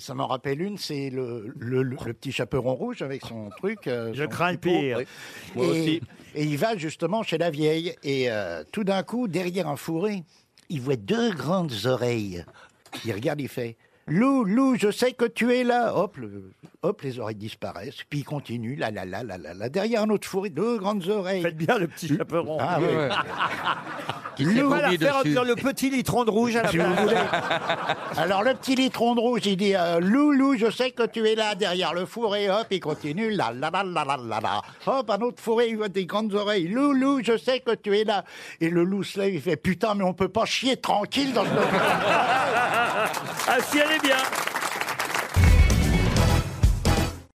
ça m'en rappelle une, c'est le, le- le- le petit chaperon rouge avec son truc. euh, Je son petit crains le pot, pire. oui. Moi et, aussi. et il va justement chez la vieille. Et euh, tout d'un coup, derrière un fourré, il voit deux grandes oreilles. Il regarde, il fait Lou, Lou, je sais que tu es là. Hop, le- hop les oreilles disparaissent. Puis il continue, là, là, là, là, là, là. Derrière un autre fourré, deux grandes oreilles. Faites bien le petit chaperon. Ah, oui. Ah, Qui s'est pas la faire en disant le petit litron de rouge à la Si vous place. voulez. Alors le petit litron de rouge, il dit euh, Loulou, je sais que tu es là derrière le four et hop, il continue la la la la la la la. Hop, un autre fourré, il voit des grandes oreilles. Loulou, je sais que tu es là. Et le loup se lève, il fait putain, mais on peut pas chier tranquille dans le. Ah si, elle est bien.